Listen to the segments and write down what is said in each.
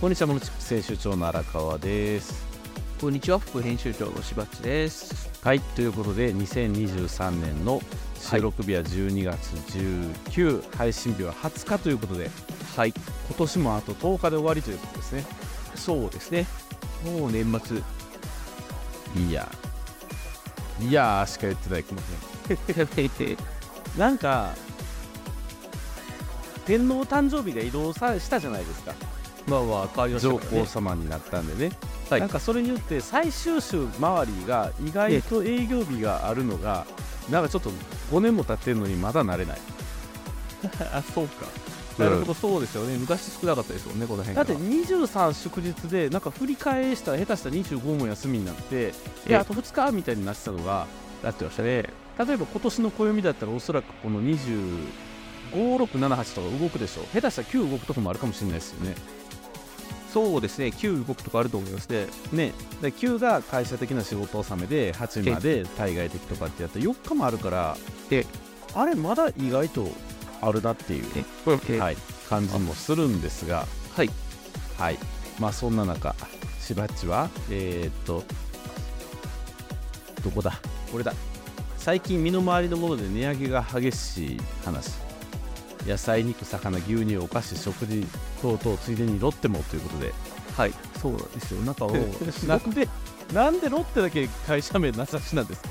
こんにちは、モノチップ編集長の荒川です。こんにちは、副編集長のしばっちです。はい、ということで、2023年の収録日は12月19、配信日は20日ということで、はい、今年もあと10日で終わりということですね。そうですね。もう年末。いやー、いやーしか言ってない、この辺。なんか、天皇誕生日で移動さしたじゃないですか、 まあまあ、変わりました上からね皇。様になったんでね、はいなんかそれによって最終週周りが意外と営業日があるのが、なんかちょっと5年も経ってるのにまだ慣れない。 あ、そうか。なるほど、そうですよね。昔少なかったですもんね、この辺だが。って23祝日で、なんか振り返したら下手したら25も休みになって、えであと2日みたいになってたのが、なってましたね。例えば今年の暦だったら、おそらくこの25、6、7、8とか動くでしょ、下手したら9動くとこもあるかもしれないですよね。そうですね。旧動くとかあると思いますね。ね、で9が会社的な仕事納めで8まで対外的とかってやって4日もあるからであれまだ意外とあるなっていう、ね、これ、はい、感じもするんですが、はい。はいまあ、そんな中しばっちはえーっとどこだこれだ最近身の回りのもので値上げが激しい話野菜肉魚牛乳お菓子食事等々ついでにロッテもということではい。そうなんですよ。なんかもう なんで、なんでロッテだけ会社名なさしなんですか。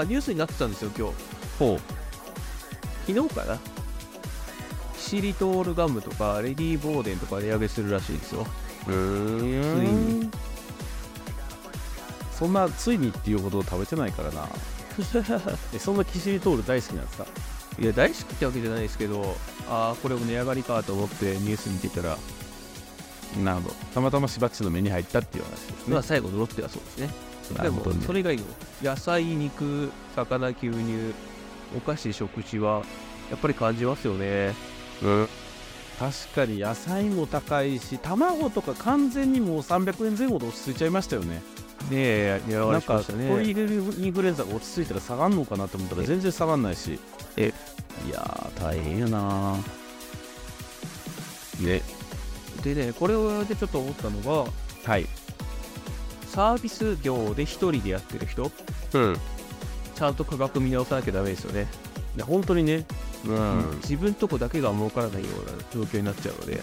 あ、ニュースになってたんですよ、今日。ほ昨日かな。キシリトールガムとか、レディー・ボーデンとか値上げするらしいんですよ。う。ついに。そんなついにっていうほど食べてないから な。え、そんなキシリトール大好きなんですか。いや、大好きってわけじゃないですけど、ああ、これも値上がりかと思ってニュース見てたら、なるほど。たまたましばっちの目に入ったっていう話ですね。まあ最後のロッテはそうですね。なでるほもどねそれ以外の野菜、肉、魚、牛乳、お菓子、食事はやっぱり感じますよね。確かに野菜も高いし、卵とか完全にもう300円前後で落ち着いちゃいましたよね。ねえ、値上がりなんしまかした鳥イね。ンフルエンザが落ち着いたら下がるのかなと思ったら全然下がんないしえいやー大変やなーねでね、これでちょっと思ったのが、はいサービス業で一人でやってる人、うんちゃんと価格見直さなきゃダメですよね。で本当にね、うん自分とこだけが儲からないような状況になっちゃうので、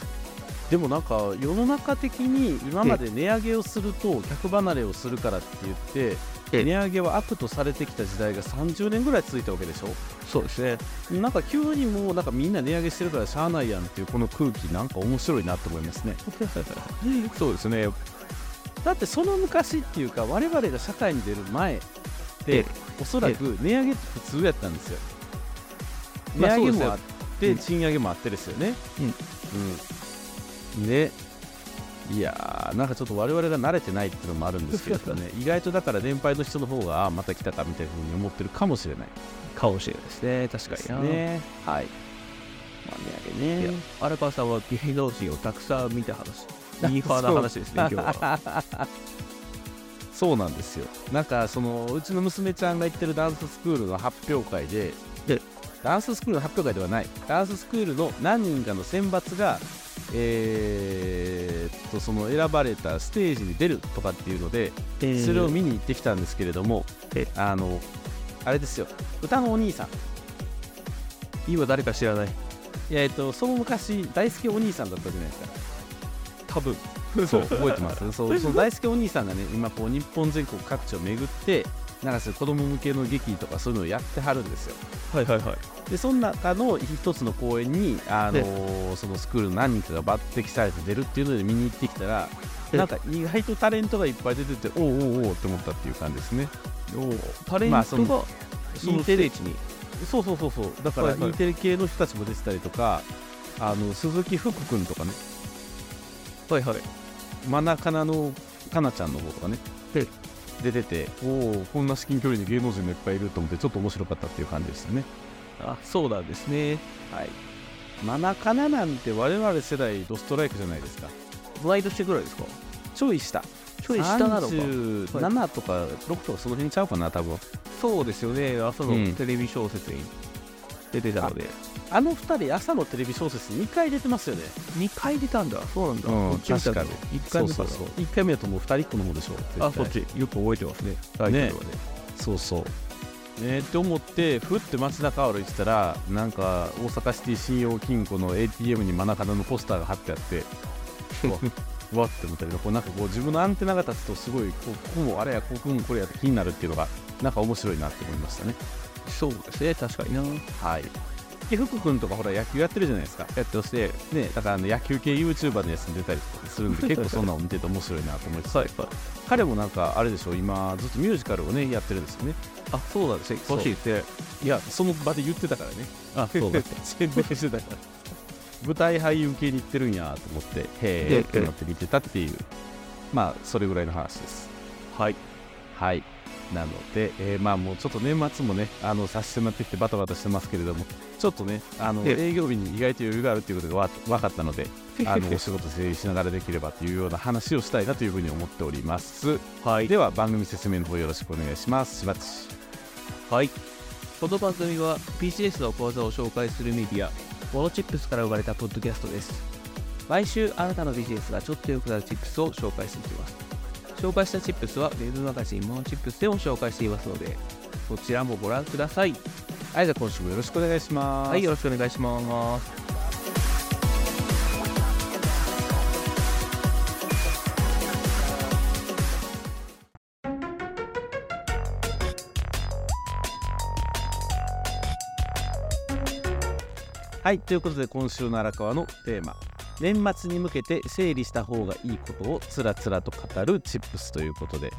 でもなんか世の中的に今まで値上げをすると客離れをするからって言ってえ値上げは悪とされてきた時代が30年ぐらい続いたわけでしょそうですね。 なんか急にもうなんかみんな値上げしてるからしゃあないやんっていうこの空気なんか面白いなと思いますねそうですね。だってその昔っていうか我々が社会に出る前でえおそらく値上げって普通やったんですよ値まあそ上げうですもよあって、うん賃上げもあってですよねうん、でいやーなんかちょっと我々が慣れてないっていうのもあるんですけれどね 意外とだから年配の人の方があーまた来たかみたいなふうに思ってるかもしれないかもしれないですね。確かでにすな。ねはい、まあ、値い上やげね荒川さんは芸能人をたくさん見た話いい派な話ですね今日 はそうなんですよなんかそのうちの娘ちゃんが行ってるダンススクールの発表会ででダンススクールの発表会ではないダンススクールの何人かの選抜がえーっとその選ばれたステージに出るとかっていうのでそれを見に行ってきたんですけれどもえあのあれですよ歌のお兄さん今誰か知らないいやえっとその昔大好きお兄さんだったじゃないですか多分 そう覚えてますそうその大好きお兄さんがね今こう日本全国各地を巡ってなんかそういう子供向けの劇とかそういうのをやってはるんですよはいはいはいでその中の一つの公演に、あのーそのスクールの何人かが抜擢されて出るっていうので見に行ってきたらえなんか意外とタレントがいっぱい出てておうおうおうって思ったっていう感じですねタレントが、まあそのその E テレステージにそうそうそうそうだかはらいはい E テレ系の人たちも出てたりとかあの鈴木福君とかねはいはいマナカナのかなちゃんの方とかねえ出てておおこんな至近距離に芸能人がいっぱいいると思ってちょっと面白かったっていう感じでしたねあそうなんですねはいマナカナなんて我々世代ドストライクじゃないですか毎年ぐらいですかちょい下ちょい下なのか37とか6とかその辺ちゃうかな多分そうですよね朝うのんテレビ小説に、出てたのであの2人朝のテレビ小説2回出てますよね2回出たんだそうなんだ、うんこっち見た確か1回目かそうらそうそう1回目だともう2人っ子の方でしょ絶対あそっちよく覚えてますねタイトルはねそうそうねって思ってふって街中歩いてたらなんか大阪シティ信用金庫の ATM に真中田のポスターが貼って あってうわうわって思ったけどこうなんかこう自分のアンテナが立つとすごいこうここもあれやここもこれやって気になるっていうのがなんか面白いなって思いましたねそうですね確かになはいで福君とかほら野球やってるじゃないですかやってましてねだからあの野球系 YouTuber のやつに出たりとかするんで結構そんなの見てて面白いなと思いますはいはい彼もなんかあれでしょ今ずっとミュージカルをねやってるんですよねあそうなんですねそう詳しいですねいやその場で言ってたからねあそうだった宣伝してたから舞台俳優系に行ってるんやと思ってへでえってなって見てたっていうまあそれぐらいの話ですはいはいなので、えーまあもうちょっと年末もねあの差し迫ってきてバタバタしてますけれどもちょっとねあので営業日に意外と余裕があるということがわ分かった のであのお仕事整理しながらできればというような話をしたいなというふうに思っておりますはいでは番組説明の方よろしくお願いしますしばちはい。この番組は BCS の講座を紹介するメディア、モノチップスから生まれたポッドキャストです。毎週あなたのビジネスがちょっと良くなるチップスを紹介していきます。紹介したチップスは Web マガジンモノチップスでも紹介していますので、そちらもご覧ください。はいじゃあ今週もよろしくお願いしますはい、よろしくお願いします。はい、ということで今週の荒川のテーマ年末に向けて整理した方がいいことをつらつらと語るチップスということで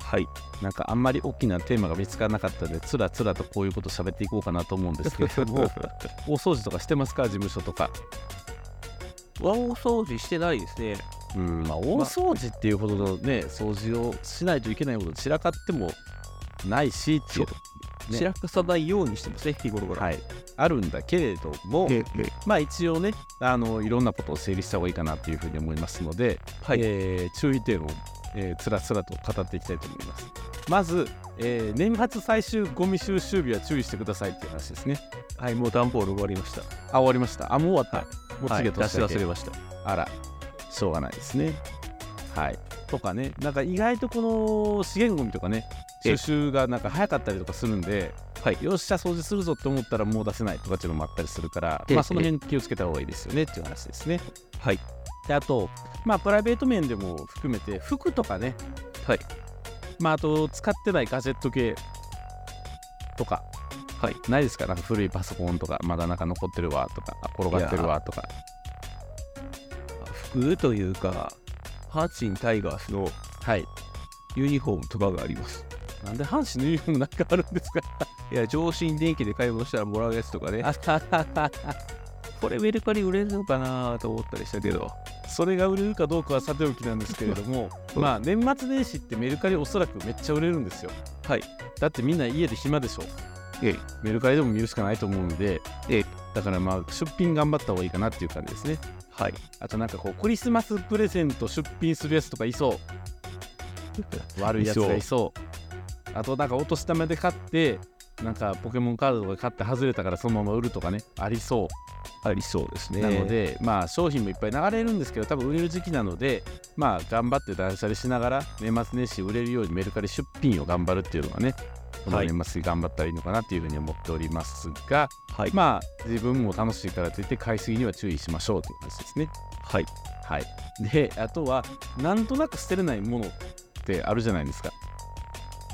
はいなんかあんまり大きなテーマが見つからなかったのでつらつらとこういうこと喋っていこうかなと思うんですけれ ど も大掃除とかしてますか事務所とかワン掃除してないですね。うんまあ大掃除っていうほどのね掃除をしないといけないほど散らかってもないしっていうね散らかさないようにしてますね、日頃から。はいあるんだけれども、でまあ一応ねあのいろんなことを整理した方がいいかなというふうに思いますので、はいえー注意点を、えー、つらつらと語っていきたいと思いますまず、えー年末最終ゴミ収集日は注意してくださいっていう話ですねはい、もう段ボール終わりました。あ終わりましたあもう終わった、もうはい、次は出年しだけ忘れました。あらしょうがないですねはいとかねなんか意外とこの資源ゴミとかねえ収集がなんか早かったりとかするんではい、よっしゃ掃除するぞって思ったらもう出せないとかっていうのもあったりするから、えまあ、その辺気をつけた方がいいですよねっていう話ですねはい、であと、まあ、プライベート面でも含めて服とかね、はい、まあ、あと使ってないガジェット系とかはい。ないですかなんか古いパソコンとかまだなんか残ってるわとかあ転がってるわとか服というか阪神タイガースのはいユニフォームとかがありますなんで阪神のユニフォームなんかあるんですかいや上新電気で買い物したらもらうやつとかねこれメルカリ売れるのかなと思ったりしたけどそれが売れるかどうかはさておきなんですけれど もうんまあ年末年始ってメルカリおそらくめっちゃ売れるんですよはいだってみんな家で暇でしょええメルカリでも見るしかないと思うので、ええだからまあ出品頑張った方がいいかなっていう感じですねはい あとなんかこうクリスマスプレゼント出品するやつとかいそう悪いやつがいそうあとなんかお年玉で買ってなんかポケモンカードとか買って外れたからそのまま売るとかねありそありそうですう、ねなのでまあ商品もいっぱい流れるんですけど多分売れる時期なのでまあ頑張って断捨離しながら年末年始売れるようにメルカリ出品を頑張るっていうのがねこのはい年末に頑張ったらいいのかなっていうふうに思っておりますが、はいまあ自分も楽しいからといって買いすぎには注意しましょうという話ですねはいはい、であとはなんとなく捨てれないものってあるじゃないですか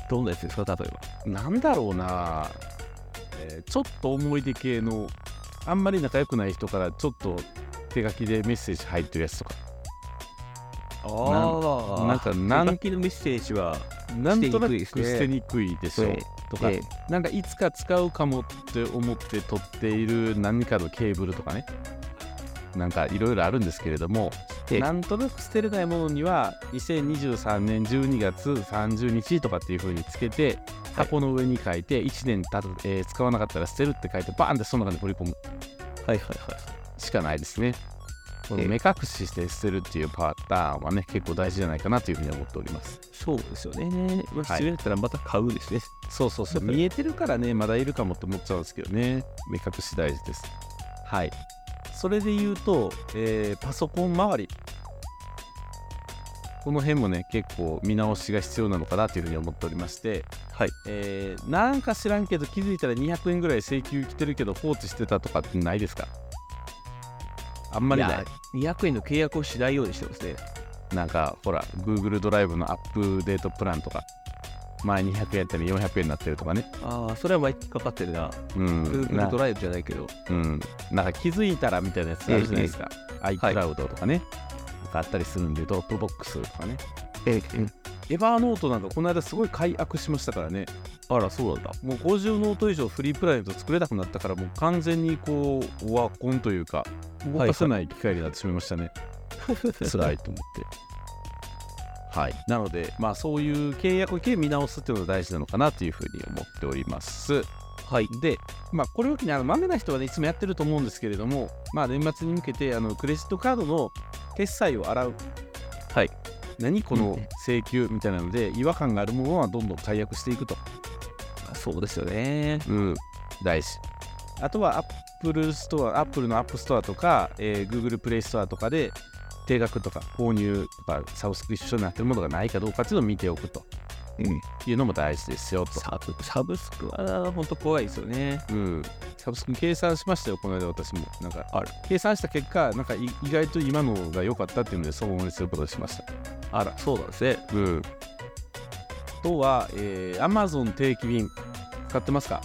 どんなやつですか例えばなんだろうな、えーちょっと思い出系のあんまり仲良くない人からちょっと手書きでメッセージ入ってるやつとかあなんか なん手書きのメッセージはなんとなく捨てにくいですね捨てええにくいでしょとか、えなんかいつか使うかもって思って取っている何かのケーブルとかねなんかいろいろあるんですけれどもええなんとなく捨てれないものには2023年12月30日とかっていう風につけてはい箱の上に書いて1年た、えー使わなかったら捨てるって書いてバーンってその中に放り込むはいはいはいしかないですねこの目隠しして捨てるっていうパターンはね結構大事じゃないかなというふうに思っておりますそうですよね。まあ、はい必要だったらまた買うですね。そうそうそう見えてるからねまだいるかもって思っちゃうんですけどね目隠し大事ですはいそれで言うと、えーパソコン周りこの辺もね結構見直しが必要なのかなというふうに思っておりましてはい。えーなんか知らんけど気づいたら200円ぐらい請求来てるけど放置してたとかってないですかあんまりないいや200円の契約をしないようにしてますね。なんかほら Google ドライブのアップデートプランとか前200円やったのに400円になってるとかねああ、それは毎月かかってるな。うんな Google ドライブじゃないけど。うん、なんか気づいたらみたいなやつあるじゃないですか、はい iCloud とかね、なんかあったりするんでドロップボックスとかねえエバーノートなんかこの間すごい解約しましたからねあら、そうなんだ。もう50ノート以上フリープラネット作れなくなったからもう完全にこうオワコンというか動か せない機会になってしまいましたね、辛いと思ってはいなのでまあそういう契約系見直すっていうのが大事なのかなというふうに思っておりますはい。で、まあ、これを機にあの豆な人は、ね、いつもやってると思うんですけれども、まあ、年末に向けてあのクレジットカードの決済を洗う、はい、何こうのん請求みたいなので違和感があるものはどんどん解約していくと、そうですよね。うん、大事あとはアップルストアアップルのアップストアとか、えー Google プレイストアとかで定額とか購入とかサブスクリプションになってるものがないかどうかっていうのを見ておくとうん。いうのも大事ですよと、サブサブスクは本当怖いですよね。うん、サブスク計算しましたよこの間私もなんか計算した結果なんかい意外と今のが良かったっていうのでそう思いすることをしましたあら、そうなんですね。うんあとは、えー、Amazon 定期便使ってますか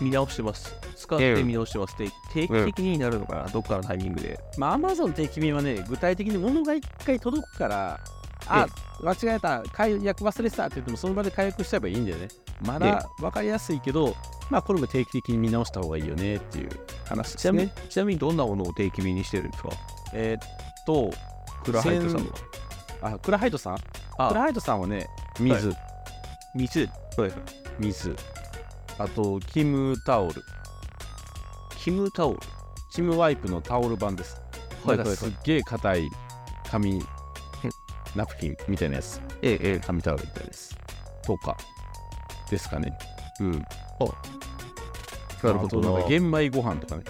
見直してます。使って見直してます。で定期的になるのかな、どっかのタイミングで。まあ Amazon 定期便はね具体的に物が1回届くからあえ間違えた解約忘れてたって言ってもその場で解約しちゃえばいいんだよねまだ分かりやすいけどまあこれも定期的に見直した方がいいよねっていう話でちすなみねに、ちなみにどんなものを定期便にしてるんですかえーっとクラハイトさんは。あクラハイトさんあクラハイトさんはね水、水。はいはい。水あとキムタオルキムタオル。キムワイプのタオル版ですはいなはんいはかいすっげえ硬い紙ナプキンみたいなやつええ、ええ。紙タオルみたいですとかですかねうんなるほどあとなんなか。玄米ご飯とかね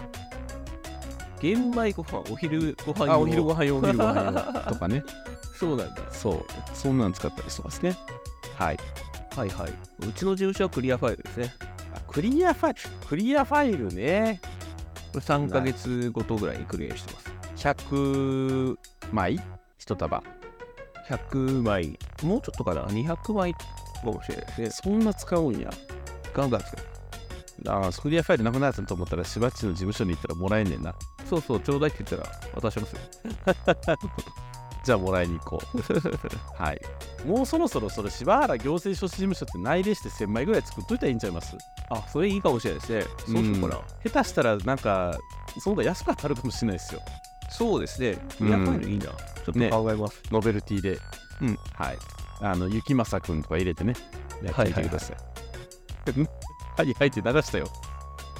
玄米ご飯、お昼ご飯用あお昼ご飯用お昼ご飯用とかねそうなんだ。そうそんなん使ったりしてますねはいはいはい。うちの事務所はクリアファイルですね。あクリアファイルクリアファイルねこれ3ヶ月ごとぐらいにクリアしてます。 100枚一束100枚、もうちょっとかな、200枚かもしれないですね。そんな使うんやガンガン使うああ、クリアファイルなくなったと思ったら、しばっちの事務所に行ったらもらえんねんな。そうそう、ちょうだいって言ったら渡しますよ。じゃあもらいに行こう。 はい。もうそろそろそれ、柴原行政書士事務所って内例して1000枚ぐらい作っといたらいいんちゃいますあ、それいいかもしれないですね。そうしようかな。下手したら、なんか、そんな安く当たるかもしれないですよ。そうですね。うん200枚のいいな。ちょっとね考えます。ノベルティで。うん。はい。あの、雪政くんとか入れてね、やってみてください。うんはい、はいって流したよ。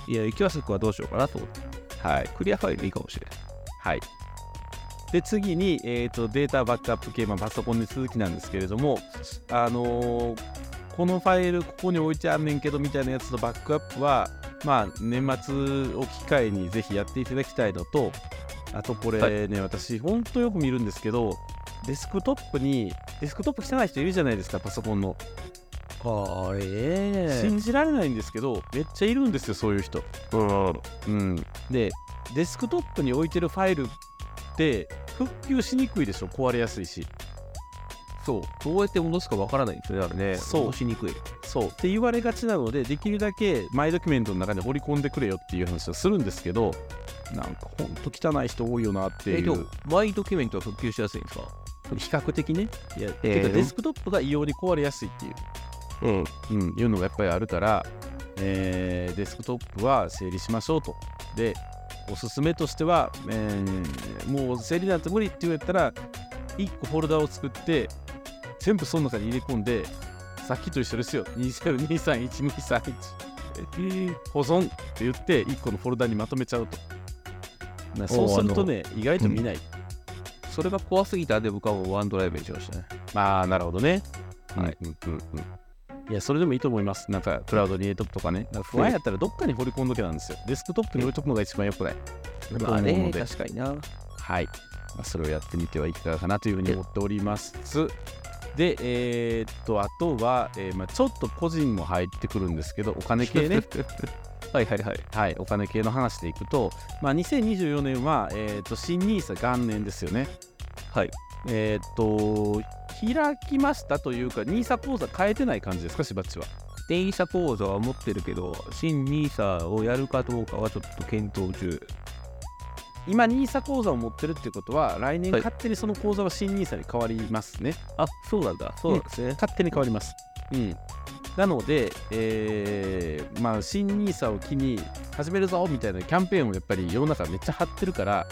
いや、池崎君はどうしようかなと思って。はい。クリアファイルいいかもしれない。はい。で次に、えー、とデータバックアップ系、まあ、パソコンに続きなんですけれども、あのーこのファイルここに置いてあんねんけどみたいなやつのバックアップは、まあ、年末を機会にぜひやっていただきたいのとあとこはれね、私ほんとよく見るんですけどデスクトップにデスクトップ汚い人いるじゃないですかパソコンの、あれ信じられないんですけどめっちゃいるんですよそういう人うん、でデスクトップに置いてるファイルって復旧しにくいでしょ壊れやすいしそう。どうやって戻すかわからないんですよね、あれね。そう戻しにくい。そうって言われがちなのでできるだけマイドキュメントの中に織り込んでくれよっていう話をするんですけどなんかほんと汚い人多いよなってえいっう、と、マイドキュメントは復旧しやすいんですか比較的ねいや、えーてかデスクトップが異様に壊れやすいっていううん。うん、いうのがやっぱりあるから、えーデスクトップは整理しましょうと。で、おすすめとしては、えーもう整理なんて無理って言うんやったら、1個フォルダを作って、全部その中に入れ込んで、さっきと一緒ですよ、20231231231。保存って言って、1個のフォルダにまとめちゃうと。なそうするとね意外と見ない、それが怖すぎたんで僕はもうワンドライブにしましたねまあなるほどねはい、うんうんうんうんいやそれでもいいと思いますなんかクラウドに入れとくとかねなんか不安やったらどっかに掘り込んどけなんですよデスクトップに置いとくのが一番よくないとまあ思うねので確かになはい、まあ、それをやってみてはいかがかなというふうに思っております。で、えーっと、あとは、えーまあ、ちょっと個人も入ってくるんですけど、お金系ね、 はいはいはいはい、お金系の話でいくと、まあ、2024年は、えーっと新 NISA 元年ですよね。はいえーっと、開きましたというか、NISA 口座変えてない感じですか、しばっちは。電車講座は持ってるけど新 NISA をやるかどうかはちょっと検討中今、NISA 口座を持ってるってことは、来年はい勝手にその口座は新 NISA に変わりますね。あそうなんだそうなんですね、勝手に変わります。うん、なので、えーまあ、新 NISA を機に始めるぞみたいなキャンペーンをやっぱり世の中めっちゃ張ってるから、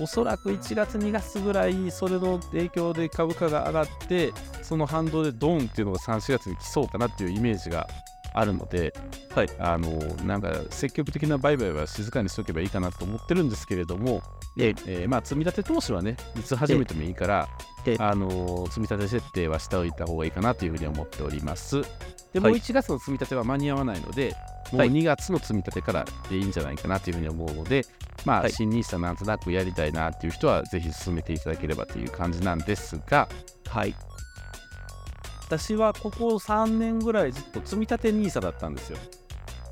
おそらく1月、2月ぐらい、それの影響で株価が上がって、その反動でドーンっていうのが3、4月に来そうかなっていうイメージがあるので、はいあのなんか積極的な売買は静かにしとけばいいかなと思ってるんですけれども、ええーまあ、積み立て投資はね、いつ始めてもいいからええ、あのー積み立て設定はしておいた方がいいかなというふうに思っております。で、はいもう1月の積み立ては間に合わないので、もうはい2月の積み立てからでいいんじゃないかなというふうに思うので、まはあ、い新ニーサなんとなくやりたいなっていう人は、ぜひ進めていただければという感じなんですが、はい私はここ3年ぐらいずっと積み立て NISA だったんですよ。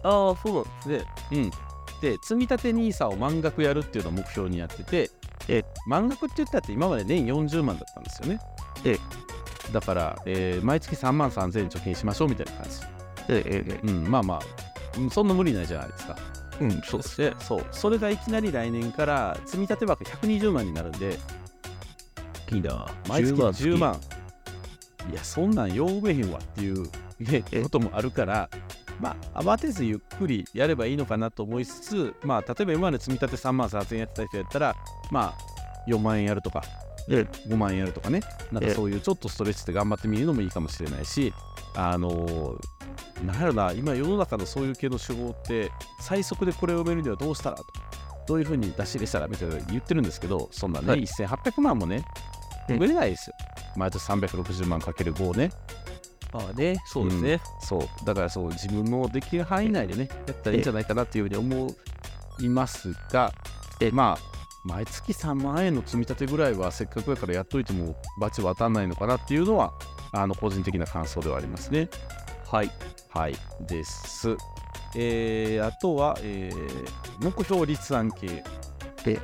ああそうなんですねうん、で積み立て NISA を満額やるっていうのを目標にやっててええ満額って言ったって今まで年40万だったんですよねええだから、えー毎月3万3000円貯金しましょうみたいな感えええじ、うん、まあまあうんそんな無理ないじゃないですかえうんそうですねそうそれがいきなり来年から積み立て枠120万になるんでいいな毎月10 10万万いやそんなんよう埋めへんわっていう、ね、えこともあるからまあ慌てずゆっくりやればいいのかなと思いつつまあ例えば今まで積み立て3万3000円やってた人やったらまあ4万円やるとかえ5万円やるとかねなんえかえそういうちょっとストレッチで頑張ってみるのもいいかもしれないしあのーなんやろな今世の中のそういう系の手法って最速でこれを埋めるにはどうしたらとどういうふうに出し入れしたらみたいなの言ってるんですけどそんなね、はい1800万もねうん埋めれないですよ毎年360万かける5ねああねそうですね、そうだからそう自分のできる範囲内でねやったらいいんじゃないかなっていうふうに思いますがえまあ毎月3万円の積み立てぐらいはせっかくやからやっといても罰は当たんないのかなっていうのはあの個人的な感想ではありますねはいはいですえー、あとは、えー目標立案系え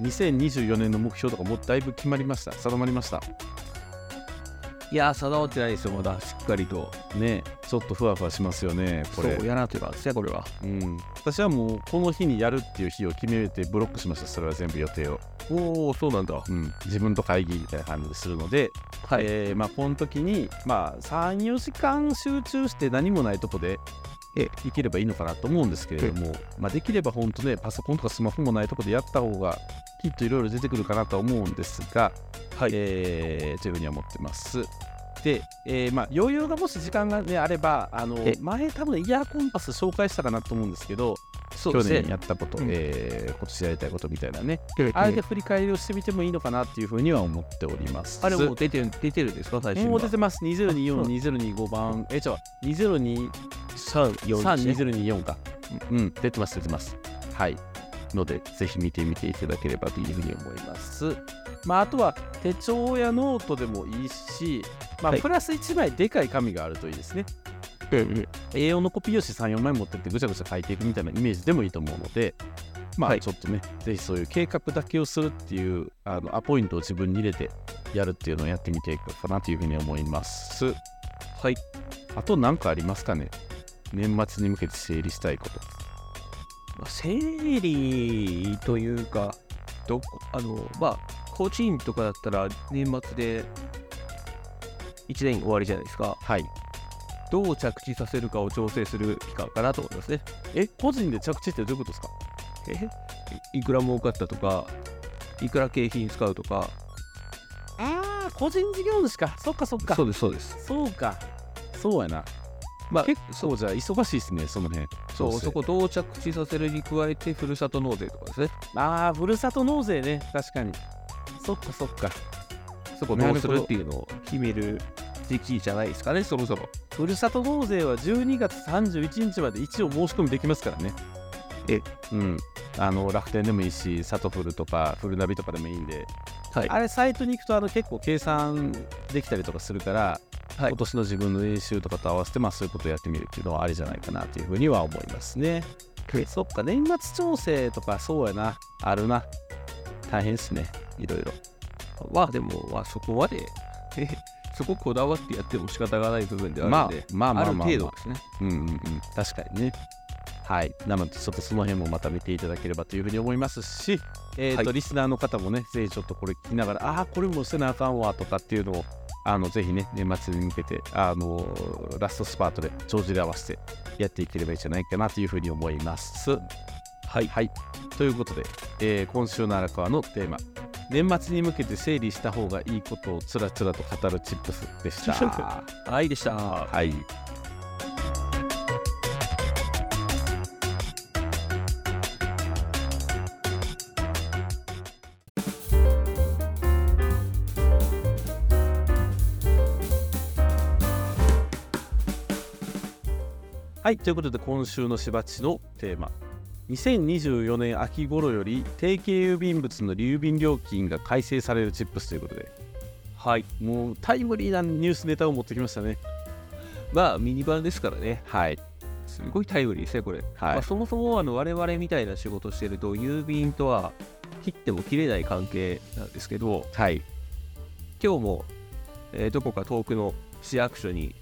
2024年の目標とかもうだいぶ決まりました定まりましたいやー定まってないですよまだしっかりとねちょっとふわふわしますよねこれそうやらなというかですねこれはうん、私はもうこの日にやるっていう日を決めてブロックしましたそれは全部予定を、おおそうなんだはうん、自分と会議みたいな感じでするので、い、えーまあ、この時に、まあ、34時間集中して何もないとこでえいければいいのかなと思うんですけれども、まあ、できれば本当ねパソコンとかスマホもないとこでやった方がきっといろいろ出てくるかなとは思うんですが、はいえーというふうには思ってます。で、えーまあ、余裕がもし時間が、ね、あればあのえ前多分イヤーコンパス紹介したかなと思うんですけど、そうで去す年ねやったこと、うんえー今年やりたいことみたいなね、ええあえて振り返りをしてみてもいいのかなっていうふうには思っております。あれもう出てる出てるんですか最新もう出てまます、2024あ、そう2025番、え、じゃあ、2023、す3 4 2024か。うん、出てます、出てます。はい。ので、ぜひ見てみていただければというふうに思います。まあ、あとは手帳やノートでもいいし、まあ、はいプラス1枚でかい紙があるといいですね。A4 のコピー用紙3、4枚持ってってぐちゃぐちゃ書いていくみたいなイメージでもいいと思うので、まはあいちょっとね、ぜひそういう計画だけをするっていうあのアポイントを自分に入れてやるっていうのをやってみていくかなというふうに思います。はいあと何かありますかね年末に向けて整理したいこと。まあ整理というかどこあのまあ個人とかだったら年末で1年終わりじゃないですかはい。どう着地させるかを調整する期間かなと思いますねえ、個人で着地ってどういうことですかいいくら儲かったとかいくら景品使うとかああ、個人事業主か。そっかそっそうですそうですそうか。そうやな。まあ結構じゃあ忙しいですね、その辺。そうそうそこどう着地させるに加えてふるさと納税とかですねああふるさと納税ね確かにそっかそっかそこどうするっていうのを決める時期じゃないですかねそろそろふるさと納税は12月31日まで一応申し込みできますからねえうんあの楽天でもいいしサトフルとかフルナビとかでもいいんで、はいあれサイトに行くとあの結構計算できたりとかするから、はい今年の自分の練習とかと合わせてまあそういうことをやってみるっていうのはありじゃないかなというふうには思いますねはいそっか年末調整とかそうやなあるな大変ですねいろいろまあでも、まあ、そこまで えそここだわってやっても仕方がない部分ではあるんで、まあまあまあまあまある程度ですねうんうんうん、確かにね。はい、なので、ちょっとその辺もまた見ていただければというふうに思いますし、えーとはいリスナーの方もね、ぜひちょっとこれ聞きながら、ああー、これもせなあかんわとかっていうのを、あのぜひね、年末に向けて、あのーラストスパートで帳尻合わせてやっていければいいんじゃないかなというふうに思います。はい、はい、ということで、えー今週の荒川のテーマ、年末に向けて整理した方がいいことをつらつらと語るチップスでした。 はいでしたはいはい、ということで今週のしばちのテーマ2024年秋頃より定型郵便物の郵便料金が改正されるチップスということではいもうタイムリーなニュースネタを持ってきましたねまあミニ版ですからねはいすごいタイムリーですねこれ、はいまあ、そもそもあの我々みたいな仕事してると郵便とは切っても切れない関係なんですけどはい今日も、えーどこか遠くの市役所に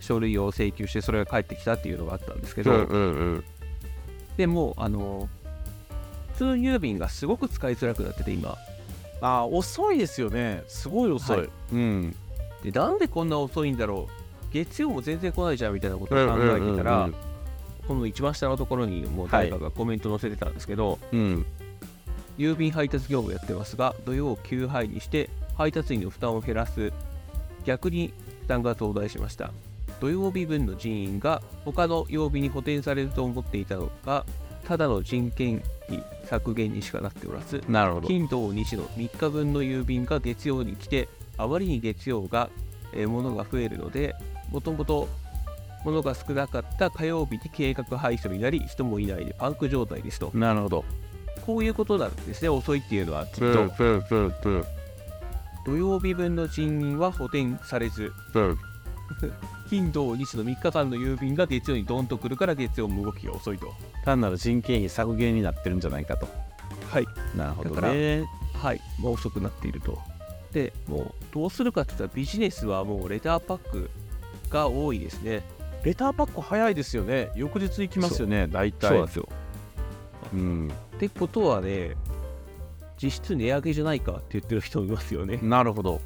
書類を請求してそれが返ってきたっていうのがあったんですけど、でもあの通郵便がすごく使いづらくなってて今あー遅いですよねすごい遅い、はいうんでなんでこんな遅いんだろう月曜も全然来ないじゃんみたいなことを考えてたら、うんうんうんうんこの一番下のところにもう誰かがコメント載せてたんですけど、うん郵便配達業務をやってますが土曜を休配にして配達員の負担を減らす逆に負担が増大しました土曜日分の人員が他の曜日に補填されると思っていたのがただの人件費削減にしかなっておらずなるほど金土日の3日分の郵便が月曜に来てあまりに月曜が、えー物が増えるのでもともと物が少なかった火曜日に計画配送になり人もいないでパンク状態ですとなるほどこういうことなんですね遅いっていうのはきっと、土曜日分の人員は補填されず金土日の3日間の郵便が月曜にドンと来るから月曜も動きが遅いと単なる人件費削減になってるんじゃないかとはいなるほどだからねはい、まあ、遅くなっていると。でもうどうするかって言ったらビジネスはもうレターパックが多いですね。レターパック早いですよね翌日行きますよね大体すよ。うん、ってことはね実質値上げじゃないかって言ってる人もいますよね。なるほど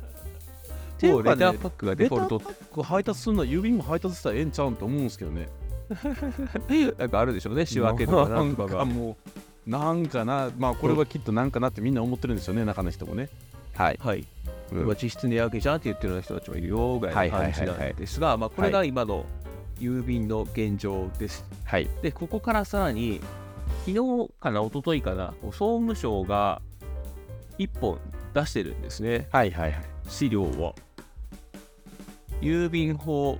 もうレターパッックがレデタフォルトーパック配達するのは郵便も配達したらええんちゃうんと思うんですけどねっていうなんかあるでしょうね仕分けとかなんとかながん。もうなんかなまあこれはきっとなんかなってみんな思ってるんでしょうね中の人もねはい、はい、うんまあ実質値上げじゃんって言ってるような人たちもいるよぐらいの感じなんですが、まあ、これが今の郵便の現状です。はい、でここからさらに昨日かな一昨日かなこう総務省が1本出してるんですねはいはいはい資料を郵便法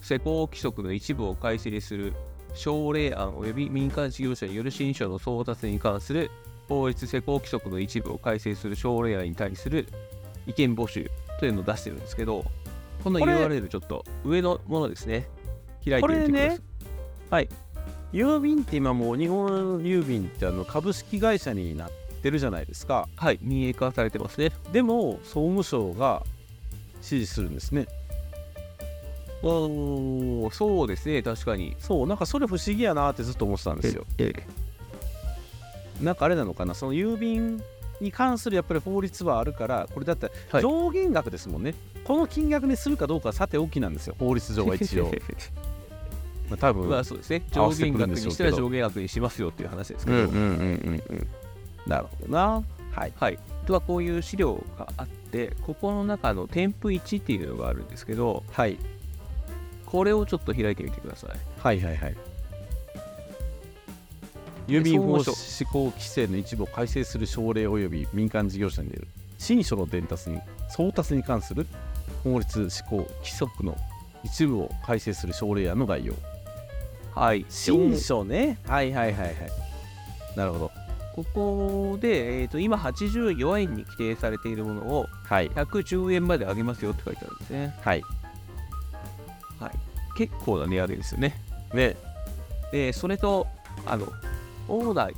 施行規則の一部を改正する省令案及び民間事業者による新書の送達に関する法律施行規則の一部を改正する省令案に対する意見募集というのを出してるんですけどこのこれ URL ちょっと上のものですね開いこてみれてください、ね郵便って今もう日本郵便ってあの株式会社になってるじゃないですかはい民営化されてますねでも総務省が支持するんですねおおそうですね確かにそうなんかそれ不思議やなってずっと思ってたんですよなんかあれなのかなその郵便に関するやっぱり法律はあるからこれだってはい上限額ですもんね、この金額にするかどうかはさておきなんですよ法律上は 一応まあ多分まあそうですね合上わせて限くる額んにでしょうしたけどら上限額にしますよっていう話ですけうど、んうんうんうんうんなるほどなはいはいではこういう資料があってここの中の添付1っていうのがあるんですけどはいこれをちょっと開いてみてくださいはいはいはい郵便法総務省施行規制の一部を改正する省令及び民間事業者による新書の伝達に送達に関する法律施行規則の一部を改正する省令案の概要はい新書ねはいはいはいはいなるほどここで、えー、と今84円に規定されているものをはい110円まで上げますよって書いてあるんですねはいはい結構な値上げですよねででそれとあの主な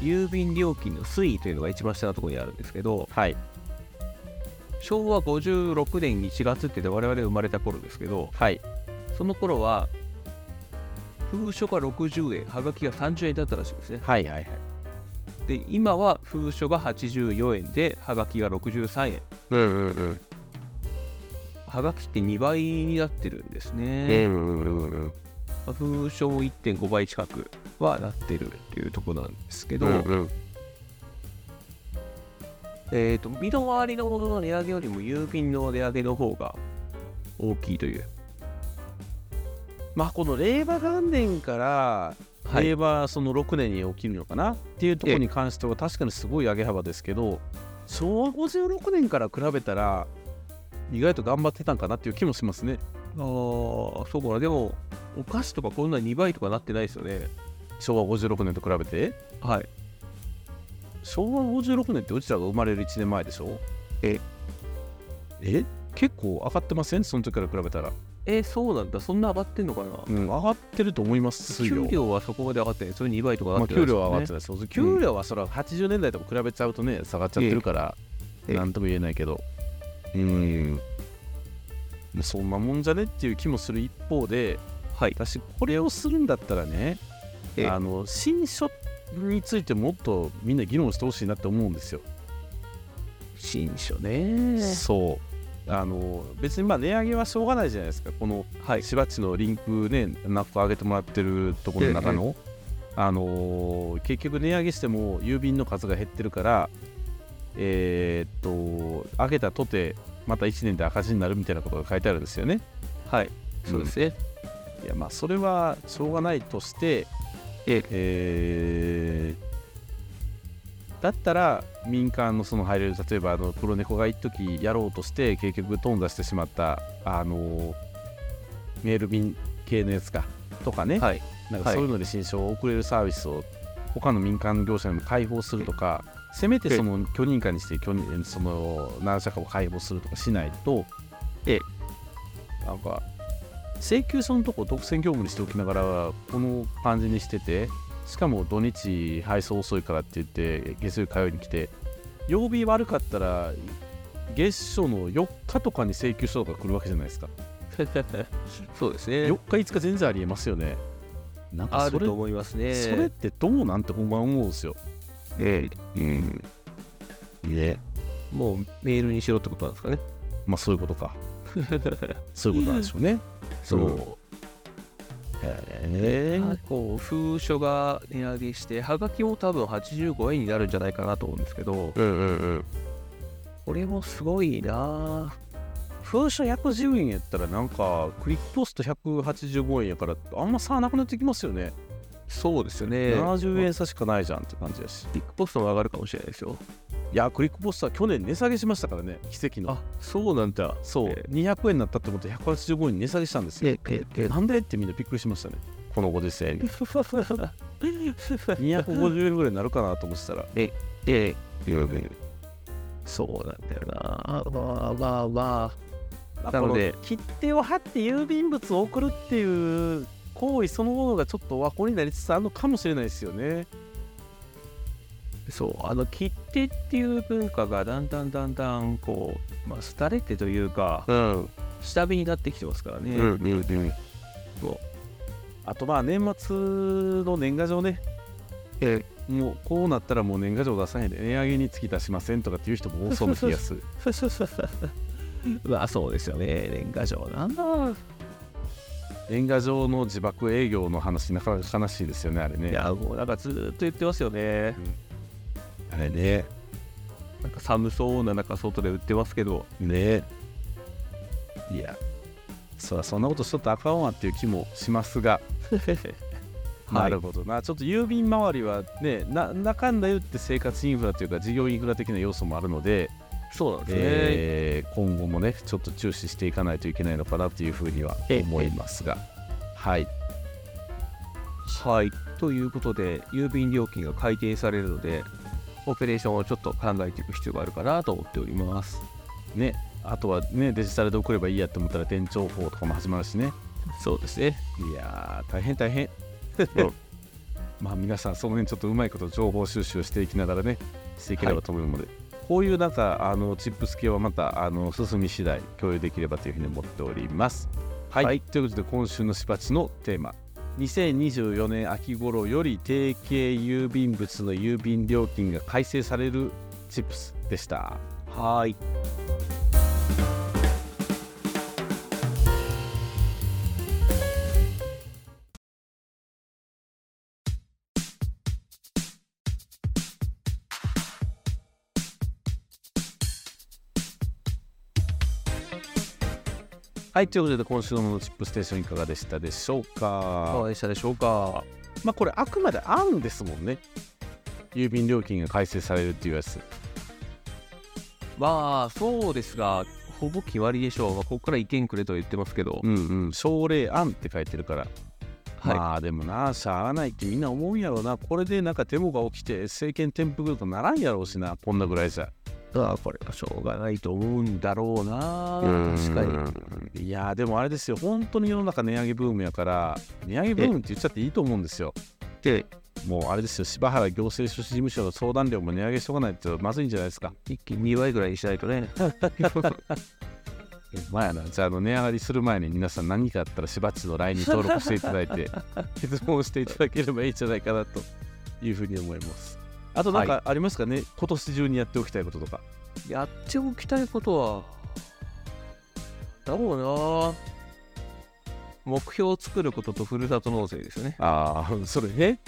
郵便料金の推移というのが一番下のところにあるんですけどはい昭和56年1月ってで我々生まれた頃ですけどはいその頃は封書が60円はがきが30円だったらしいですねはいはいはいで今は封書が84円ではがきが63円うんうんうんはがきって2倍になってるんですね、うんうんうんまあ封書も1.5倍近くはなってるっていうところなんですけど、うんえー、と身の回りのものの値上げよりも郵便の値上げの方が大きいという。まあこの令和元年からはい令和その6年に起きるのかなっていうところに関しては確かにすごい上げ幅ですけど昭和56年から比べたら意外と頑張ってたんかなっていう気もしますねあーそうかな、でも、お菓子とかこんなに2倍とかなってないですよね。昭和56年と比べてはい。昭和56年ってうちらが生まれる1年前でしょええ結構上がってませんその時から比べたら、えーそうなんだ、そんな上がってんのかな。うん、上がってると思いますよ給料はそこまで上がってない、それ2倍とか上まがっあ、てない給です料はよね、上がってないそう給料はそれは80年代と比べちゃうとね下がっちゃってるからええ何とも言えないけどうんそんなもんじゃねっていう気もする一方ではい。私これをするんだったらねええあの新書についてもっとみんな議論してほしいなって思うんですよ。新書ね。そうあの別にまあ値上げはしょうがないじゃないですかこのはい。しばっちのリンクね、ナック上げてもらってるところの中の、あのー結局値上げしても郵便の数が減ってるから、えーっと、上げたとて、また1年で赤字になるみたいなことが書いてあるんですよね。はい。そうですね。いや、まあ、それはしょうがないとして、えええーだったら民間のその配慮で例えばあの黒猫が一時やろうとして結局頓挫してしまったあのメール便系のやつかとかね、はい。なんかはいそういうので新書を送れるサービスを他の民間業者にも開放するとか、せめてその許認可にして許認その何社かを開放するとかしないと、ええなんか請求書のとこ独占業務にしておきながらこの感じにしててしかも土日配送遅いからって言って月曜日火曜日に来て曜日悪かったら月初の4日とかに請求書とか来るわけじゃないですか、そうですね4。日5日全然ありえますよねなんかあそるれと思いますね。それってどうなんてほんま思うんですよ。えうん。ね。えもうメールにしろってことなんですかね。まあそういうこと か。そういうことなんでしょうね。そう。へ結構封書が値上げしてはがきも多分85円になるんじゃないかなと思うんですけどうんうんうん。これもすごいな風車110円やったらなんかクリックポスト185円やからあんま差なくなってきますよね。そうですよね70円差しかないじゃんって感じだし。ビッグポストも上がるかもしれないですよいやクリックポストは去年値下げしましたからね奇跡の。そうなんだそう、え200円になったってことで185円に値下げしたんですよ。えええなんでってみんなびっくりしましたね。このご時世に。250円ぐらいになるかなと思ってたら。えそうなんだよなまあまあまなのでこ切手を貼って郵便物を送るっていう行為そのものがちょっと和光になりつつあるのかもしれないですよね。あそうあの切手っていう文化がだんだんだんだんこうまあ廃れてというかうん、下火になってきてますからね、あとまあ年末の年賀状ねえ もうこうなったらもう年賀状出さないで値上げにつき出しませんとかっていう人も多そうな気がする。まあそうですよね年賀状なんだ年賀状の自爆営業の話なかなか悲しいですよねあれね。いやもうなんかずーっと言ってますよね。あれね。なんか寒そうな中外で売ってますけど。ねいやそらそんなことしとったらあかんわっていう気もしますがなるほどなちょっと郵便周りはねななかんだ言って生活インフラというか事業インフラ的な要素もあるので、そうなんですね、えー今後もねちょっと注視していかないといけないのかなというふうには思いますが、はいはい。ということで、郵便料金が改定されるので、オペレーションをちょっと考えていく必要があるかなと思っております。ね、あとはねデジタルで送ればいいやって思ったら店長法とかも始まるしねそうですね。いやー大変大変、うん まあ皆さんその辺ちょっとうまいこと情報収集していきながらねしていければと思うので、こういうなんかあのチップス系はまたあの進み次第共有できればというふうに思っておりますはい、はいということで今週のしばちのテーマ2024年秋頃より定型郵便物の郵便料金が改正されるチップスでしたはい。はいということで今週のチップステーションいかがでしたでしょうかいかがでしたでしょうか。まあこれあくまで案ですもんね郵便料金が改正されるっていうやつまあ、そうですが、ほぼ決まりでしょう。まあ、ここから意見くれとは言ってますけど、うんうん奨励案って書いてるから、はい。まあでもなしゃあないってみんな思うんやろなこれでなんかデモが起きて政権転覆とならんやろうしなこんなぐらいじゃまあ、これはしょうがないと思うんだろうな。確かに。いやーでもあれですよ本当に世の中値上げブームやから値上げブームって言っちゃっていいと思うんですよで、もうあれですよ柴原行政書士事務所の相談料も値上げしとかないとまずいんじゃないですか一気に2倍ぐらいにしないとね。まあやな、じゃああの値上がりする前に皆さん何かあったらしばっちの LINE に登録していただい て質問していただければいいんじゃないかなというふうに思います。あとなんかありますかね、今年中にやっておきたいこととか。やっておきたいことは、だろうな。目標を作ることとふるさと納税ですよね。ああ、 それね。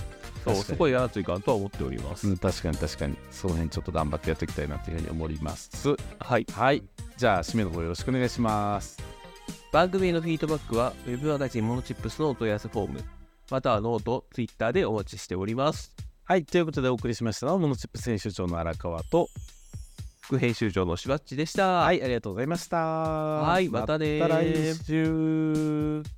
そう、確かそにこはやらんといかんとは思っております。うん確かに確かに。その辺ちょっと頑張ってやっていきたいなというふうに思います。はい。はい。じゃあ、締めの方よろしくお願いします。番組へのフィードバックは、ウェブマガジンモノチップスのお問い合わせフォーム、またはノート、ツイッターでお待ちしております。はい。ということでお送りしましたのは、モノチップ編集長の荒川と、副編集長のしばっちでした。はい、ありがとうございました。はいまたねーまた来週。